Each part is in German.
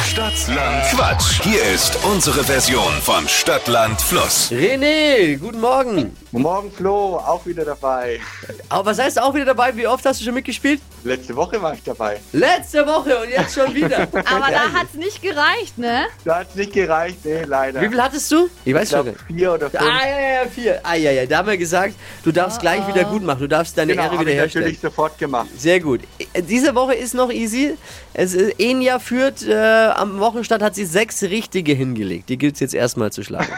Stadtland Quatsch. Hier ist unsere Version von Stadtland Fluss. René, guten Morgen. Guten Morgen, Flo, auch wieder dabei. Aber was heißt auch wieder dabei? Wie oft hast du schon mitgespielt? Letzte Woche war ich dabei. Letzte Woche und jetzt schon wieder. Aber da hat's nicht gereicht, ne? Da hat es nicht gereicht, nee, leider. Wie viel hattest du? Ich weiß Ich schon. glaube, gar nicht. vier oder fünf. Ah, ja, ja, ja, vier. Ah, ja, ja. Da haben wir gesagt, du darfst gleich wieder gut machen. Du darfst deine Ah, genau, Ehre habe wieder ich herstellen. natürlich sofort gemacht. Sehr gut. Äh, Diese Woche ist noch easy. Es ist, Enya führt, äh, am Wochenstart hat sie sechs richtige hingelegt. Die gilt es jetzt erstmal zu schlagen.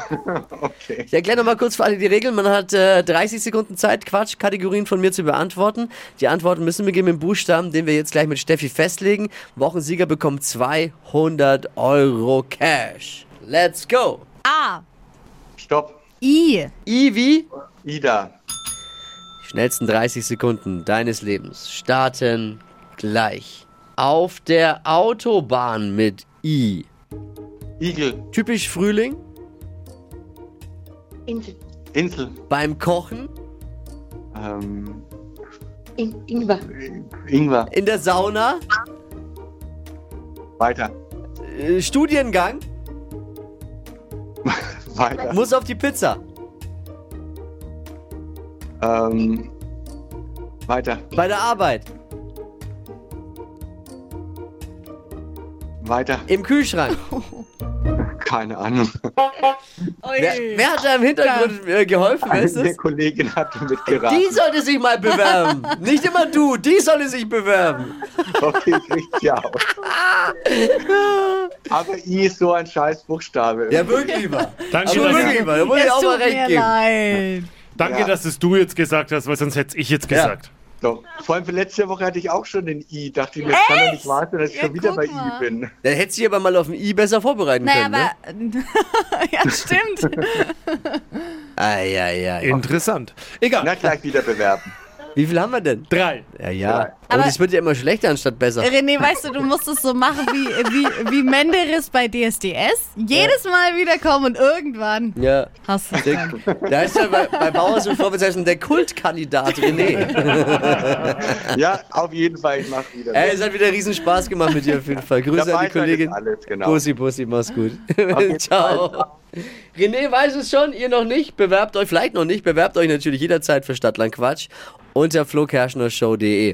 Okay. Ich erkläre nochmal kurz für alle die Regeln. Man hat äh, 30 Sekunden Zeit, Quatschkategorien von mir zu beantworten. Die Antworten müssen beginnen mit dem Buchstaben, den wir jetzt gleich mit Steffi festlegen. Wochensieger bekommt 200 Euro Cash. Let's go. A. Stopp. I. Ivi, Ida. die schnellsten 30 Sekunden deines Lebens starten gleich. Auf der Autobahn mit I. Igel. Typisch Frühling. Insel. Insel. Beim Kochen. Ähm, In, Ingwer. Ingwer. In der Sauna. Weiter. Äh, Studiengang. Weiter. Muss auf die Pizza. Ähm, weiter. Bei der Arbeit. Weiter. Im Kühlschrank. Keine Ahnung. Wer, wer hat da im Hintergrund äh, geholfen, weißt Eine du? Kollegin hat Die mitgeraten. sollte sich mal bewerben. Nicht immer du, die sollte sich bewerben. Okay, ich richte sie aus. Aber I ist so ein scheiß Buchstabe. Ja, wirklich lieber. Danke, Also wirklich dass, lieber, da muss ich Es auch mal tut recht mir geben. leid. danke Ja. dass es du jetzt gesagt hast, weil sonst hätte ich jetzt Ja. gesagt. So, vor allem für letzte Woche hatte ich auch schon den I. Dachte ich mir, das kann doch nicht wahr sein, dass ich Ja, schon wieder guck bei mal. I bin. Dann hättest du dich aber mal auf dem I besser vorbereiten Naja, können. Ne? aber. ja, stimmt. Ai, ai, ai. Interessant. Egal. Na, gleich wieder bewerben. Wie viel haben wir denn? Drei. Ja, ja. Aber- Äh, Und es wird ja immer schlechter anstatt besser. René, weißt du, du musst es so machen wie, wie, wie Menderes bei DSDS. Jedes Mal wiederkommen und irgendwann Ja. hast du es Der, dann. da ist ja bei, bei Bauers und Vorbezeichnen der Kultkandidat René. Ja, auf jeden Fall, ich mach's wieder. Ey, es hat wieder riesen Spaß gemacht mit dir auf jeden Fall. Grüße Der an die Beitrag Kollegin. Ist alles, genau. Bussi, Bussi, mach's gut. jeden Ciao. René weiß es schon, ihr noch nicht. Bewerbt euch, vielleicht noch nicht. Bewerbt euch natürlich jederzeit für Stadtland Quatsch unter flokerschnershow.de.